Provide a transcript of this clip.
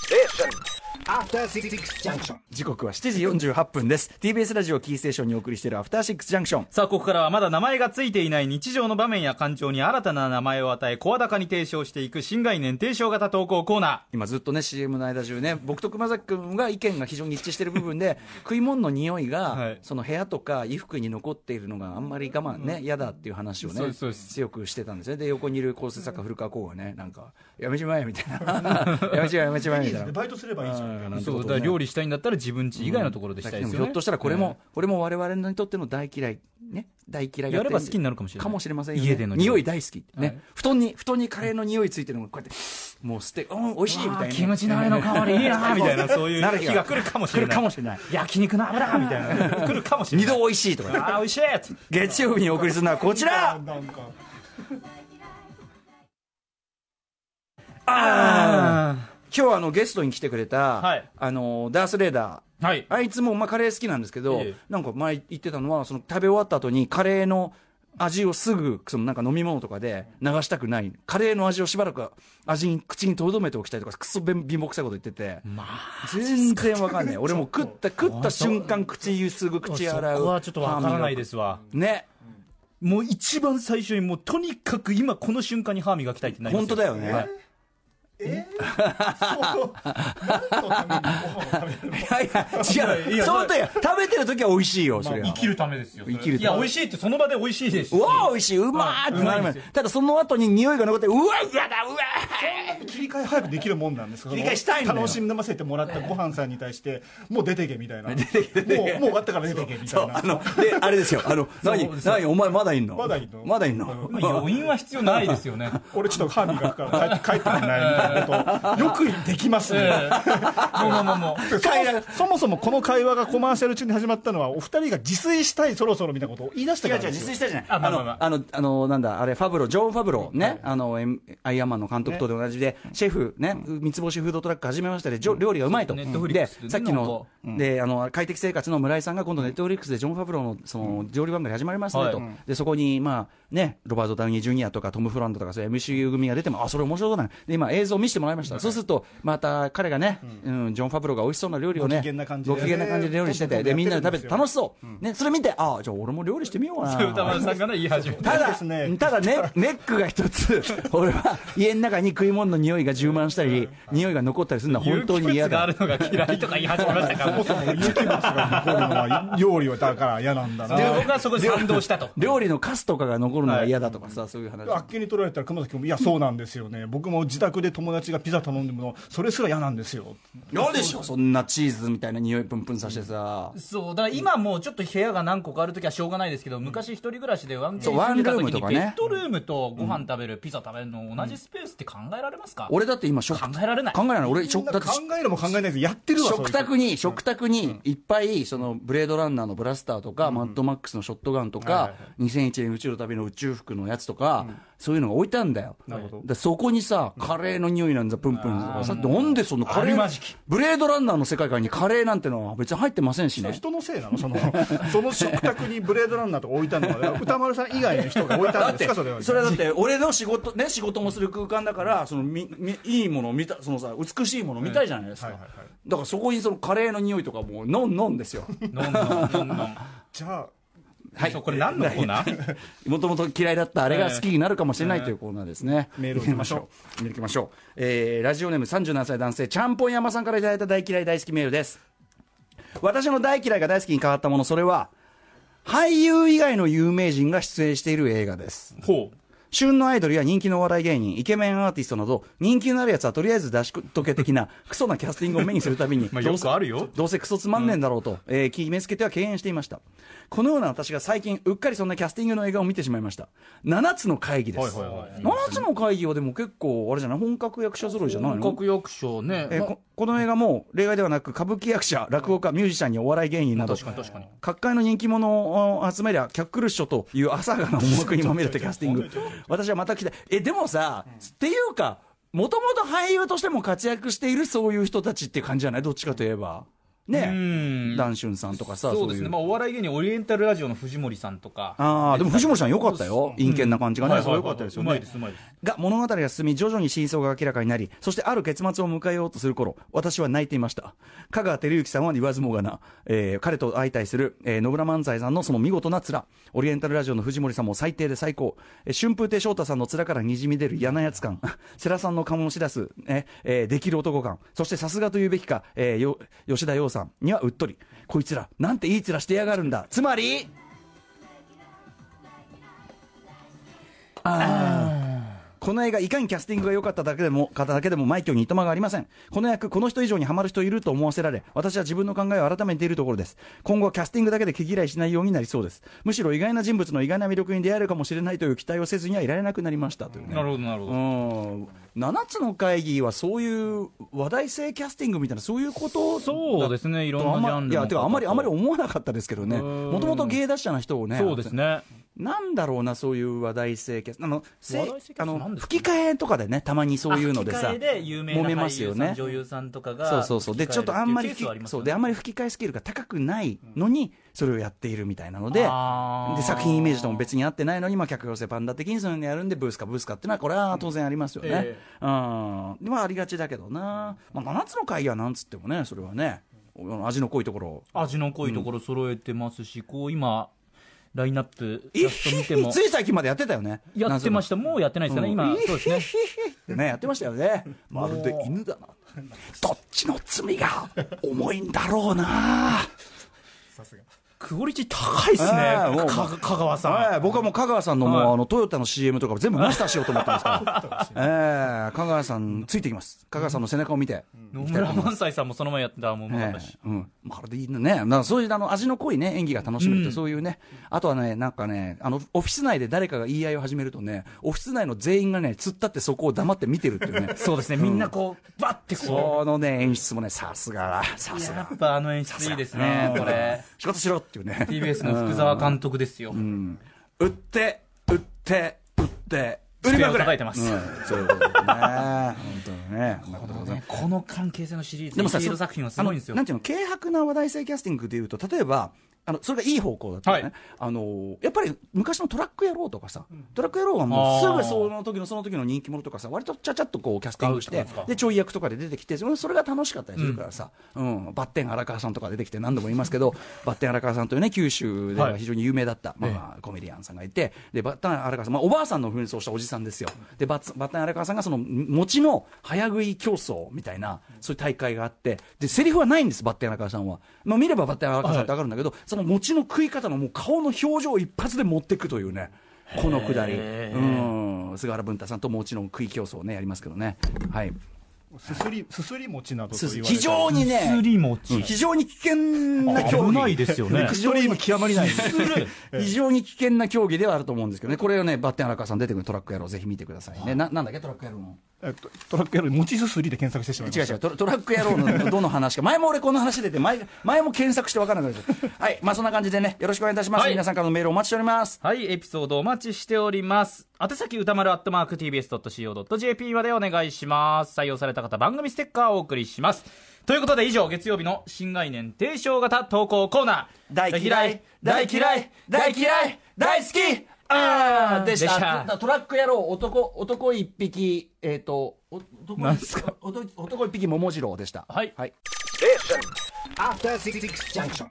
Station. 時刻は7時48分です TBS ラジオキーステーションにお送りしているアフターシックスジャンクションさあ、ここからはまだ名前がついていない日常の場面や感情に新たな名前を与え、声高に提唱していく新概念提唱型投稿コーナ今ずっとね CM の間中ね僕と熊崎君が意見が非常に一致してる部分 で食い物の匂いが、はいその部屋とか衣服に残っているのがあんまり我慢ね嫌、だっていう話をそうねですそうです強くしてたんですねで横にいる構成作家古川光がねなんか「やめちまえ」みたいな 「やめちまえやめちまえ」みたいな。バイトすればいいじゃん。あーなんー。てそこう、とをねだから料理したいんだったら自分家以外のところでしたいですよ、ねでもひょっとしたらこれも、これも我々にとっての大嫌いね大嫌いがやれば好きになるかもしれないかもしれませんよ、ね、家での匂匂いい大好きってね、はい布団に布団にカレーの匂いついてるのがこうやってもう捨てうん美味しいみたいなキムチのあれの香りいいなみたいな、そういなうる日日がが来るかもし来れ るない。かもしれない焼肉の油みたいな。来るかもしれない。二度美味しいとかねあー、美味しい月曜日にお送りするのはこちらなんか。あ今日あのゲストに来てくれた、はいあのダース・レーダーーはい。あいつもまあカレー好きなんですけど、ええなんか前言ってたのはその食べ終わった後にカレーの味をすぐそのなんか飲み物とかで流したくないカレーの味をしばらく味に口に留めておきたいとかクソ貧貧乏くさいこと言っててま全然わかんない俺もう食った食った瞬間口ゆすぐ口洗うそこはちょっとわからないですすわ。ねもう一番最初に、もうとにかく今この瞬間に歯磨きたいってなります本当だよね、はいえ ー、そう。何のためにご飯を食べるのいやいや違ういやそうだよ食べてる時は美味しいよそれは、生きるためですよ。それ生きるいためや、美味しいってその場で美味しいですしうわー美味しいうまーってなりうまいまんですただその後に匂いが残ってうわうわだうわ切り替え早くできるもんなんですか切り替えしたいんだよ楽しませてもらったご飯さんに対してもう出てけみたい なもうもう終わったから出てけみたいなあのであれですよあの何何お前まだいんのまだいんのまだいんのまあ余韻は必要ないですよね。俺ちょっと歯磨くから帰って帰ってもらえみたいな ことよくできますええね、もうもうもう もう。そもそもそもこの会話がコマーシャル中に始まったのはお二人が自炊したいそろそろみたいなことを言い出した違うから違うです自よ炊したじゃないああまあまあのまああのあのなんだあれファブロジョン・ファブロね、あのエムアイアンマンの監督とで同じで、シェフね三つ星フードトラック始めましたで、ジョ料理がうまいと、そうですね Netflix ででねさっきの,、であの快適生活の村井さんが今度ネットフリックスでジョン・ファブロのその料理番組始まりますねと、はいでそこにまあねロバート・ダウニー・ジュニアとかトム・フランドとかそういう MCU 組が出てもあそれ面白そうだなで今映像を見せてもらいました、そうするとまた彼がね、うんジョン・ファブロが美味しそうな料理をねご機嫌な感じでご機嫌な感じで料理しててねでみんなで食べて楽しそう、ねそれ見てあじゃあ俺も料理してみよう かな歌丸さんがね、言い始めた。たいいだですねただ ね、ネックが一つ、 俺は家の中に食い物の匂いが充満したり、匂いが残ったりするのは本当に嫌があだ。るのが嫌いとか言い始めました かそもら。そも有機物が残るのは料理はだから嫌なんだなで僕はそこで賛同したと。料理のカスとかが残るのが嫌だとかさ、そういう話。あっけに取られたら熊崎君 も「いやそうなんですよね僕も自宅で友達がピザ頼んでものそれすら嫌なんですよ」嫌でしょそんなチーズみたいな匂いプンプンさせてさ。そう、だから今もうちょっと部屋が何個かあるときはしょうがないですけど、昔一人暮らしでワンチそうワーンムルーとムきとにかベねッドルームとご飯食べる、ピザ食べるの同じスペースって考えられますか俺だって今食、考考えられない。えない。俺、そん食、なだって考えるも考えないですやってるわ食そういうこ卓に、食卓にいっぱい、その、ブレードランナーのブラスターとか、マッドマックスのショットガンとはいはいか、2001年宇宙の旅の宇宙服のやつとか、そういうのが置いたんだよ。なるほどだそこにさ、カレーの匂いなんざ、プンプンとかさ、なんでそのカあレるまじきー、ブレードランナーの世界観にカレーなんてのは別に入ってませんしとね。人のせいなのそ のその食卓にブレードランナーとか置いたのは歌丸さん以外の人が置いたんですかそれはそれはだって俺の仕事ね仕事もする空間だからそのみみいいものを見たそのさ美しいものを見たいじゃないですか、はいはいはいだからそこにそのカレーの匂いとかもうノンノンですよのんのんのんのんじゃあはいそうこれ何のコーナー もともと嫌いだったあれが好きになるかもしれないというコーナーですね。メールを行行ききままししょょう。メール行きましょう。えーラジオネーム37歳男性、ちゃんぽん山さんからいただいた大嫌い大好きメールです。私の大嫌いが大好きに変わったもの、それは、俳優以外の有名人が出演している映画です。ほう。旬のアイドルや人気のお笑い芸人、イケメンアーティストなど、人気のあるやつはとりあえず出しとけ的な、 クソなキャスティングを目にするたびに、まあよくあるよ。どうせクソつまんねえんだろうと、えー決めつけては敬遠していましたこのような私が最近うっかりそんなキャスティングの映画を見てしまいました7つの会議です、はいはいはい7つの会議はでも結構あれじゃない本格役者揃いじゃないの本格役所ね。えーまここの映画も例外ではなく歌舞伎役者落語家ミュージシャンにお笑い芸人など確かに確かに。各界の人気者を集めりゃ、キャックルッショという浅はかな思惑にまみれたキャスティング。私はまた来た。え、でもさ、っていうか、もともと俳優としても活躍しているそういう人たちって感じじゃないどっちかといえば。ね、んダンシュンさんとかさ、そうですね、いまあ、お笑い芸人、オリエンタルラジオの藤森さんとか、ああ、でも藤森さんよかったよ。陰険な感じがね。はいはいはいよかったですよねうまいです、うまいです。が物語が進み徐々に真相が明らかになりそしてある結末を迎えようとする頃私は泣いていました香川照之さんは言わずもがな、えー彼と相対する、えー野村萬斎さんのその見事な面オリエンタルラジオの藤森さんも最低で最高、えー春風亭昇太さんの面からにじみ出る嫌なやつ感 世良さんの醸し出す、ねえーできる男感そしてさすがというべきか、えーよ吉田羊さんにはうっとりこいつらなんていい面してやがるんだつまりこの映画いかにキャスティングが良かっただけでも方だけでも枚挙にいとまがありませんこの役この人以上にハマる人いると思わせられ私は自分の考えを改めているところです今後はキャスティングだけで毛嫌いしないようになりそうですむしろ意外な人物の意外な魅力に出会えるかもしれないという期待をせずにはいられなくなりましたというねなるほど、なるほうど。ん7つの会議はそういう話題性キャスティングみたいなそういうことそうですね、いろんあなまんジャンルの方と。いやてかあんまりあんまり思わなかったですけどねもともと芸達者な人をねそうですね。なんだろうな、そういう話題性キャスあのせ話題性キャスあなのんですか吹き替えとかでね、たまにそういうのでさ、吹き替えで有名揉めなます俳優よさん、ね。女優さんとかが、そうそうそう、でちょっとあんまり吹き替えるっていうケースはありますそようねであんまり吹き替えスキルが高くないのに、それをやっているみたいなので、あーで作品イメージとも別に合ってないのに、まあ、客寄せパンダ的にそういうのやるんで、ブースかブースかっていうのは、これは当然ありますよね。うんえでまあ、ありがちだけどな、まあ、7つの会議はなんつってもね、それはね、味の濃いところ。味の濃いところ揃えてますし、こう今、ラインナップ、いやっと見ても つ、い最近までやってたよね。やってました、もうやってないですかね、うん今、そうです ね、ね、やってましたよね。まるで犬だな。どっちの罪が重いんだろうな。クオリティ高いですね、あーもうか香川さはい、僕はもう香川さんのもう、はいあのトヨタの CM とか全部マスターしようと思ってます から。ええ香川さんついてきます。香川さんの背中を見て。ん。野村萬斎さんもその前やってた、もううまかっえたし。えうん、まるでいいね、なんかそういうあの味の濃い、ね、演技が楽しめるって、そういうね、あとはね、なんかね、あのオフィス内で誰かが言い合いを始めるとね、オフィス内の全員がね、突っ立ってそこを黙って見てるっていうね、そうですね、みんなこう、ばってこそのね、演出もね、さすがだ、さう、すがや。っぱあの演出いいですね、これ、仕事しろっていうね TBS の福澤監督ですよ、うん売って売って売って売机りまくをれ叩いてますうんそういうことだね本当にねこんなことでございますねこの関係性のシリーズ、でもさヒーロー作品はすごいんですあよのな、んていうの軽薄な話題性キャスティングでいうと例えばあのそれがいい方向だったらね、はいあのーやっぱり昔のトラック野郎とかさ、トラック野郎はもうすあーぐその時のその時の人気者とかさ割とちゃちゃっとこうキャスティングしあてそうですかでちょい役とかで出てきてそれそれが楽しかったりするからさ、うんバッテン荒川さんとか出てきて何度も言いますけ どバッテン荒川さんというね九州では非常に有名だった、まあ、コメディアンさんがいてでバッテン荒川さん、まあ、おばあさんの扮装したおじさんですよでバッバッテン荒川さんがその餅の早食い競争みたいなそういう大会があってでセリフはないんですバッテン荒川さんは、まあ、見ればバッテン荒川さんってわかるんだけど、その餅の食い方のもう顔の表情を一発で持っていくというねこのくだり、うん、菅原文太さんと餅の食い競争をねやりますけどね。はいすすりすすり餅などと言われた非常にねす、り餅、非常に危険な競技。危ないですよね非常に極まりない。 非常に危険な競技ではあると思うんですけどね。これをね、バッテン荒川さん出てくるトラック野郎、ぜひ見てくださいね。ななんだっけ、トラック野郎の。えっとトラックやる餅すすりで検索してしまいま違うした違う、トラトラック野郎のどの話か。前も俺この話出て、前前も検索してわからなくなっちゃうはい、まあそんな感じでね、よろしくお願いいたします。はい皆さんからのメールお待ちしております。はい、エピソードお待ちしております。宛先歌丸アットマーク TBS.CO.JP までお願いします。採用された方、番組ステッカーをお送りします。ということで以上、月曜日の新概念提唱型投稿コーナー。大嫌い、大嫌い、大嫌い、大好きあーでしたでしただトラック野郎、男、男一匹、えっ、と、お男なん一す匹、お男一匹桃次郎でした。はいはい。 After Six Junction.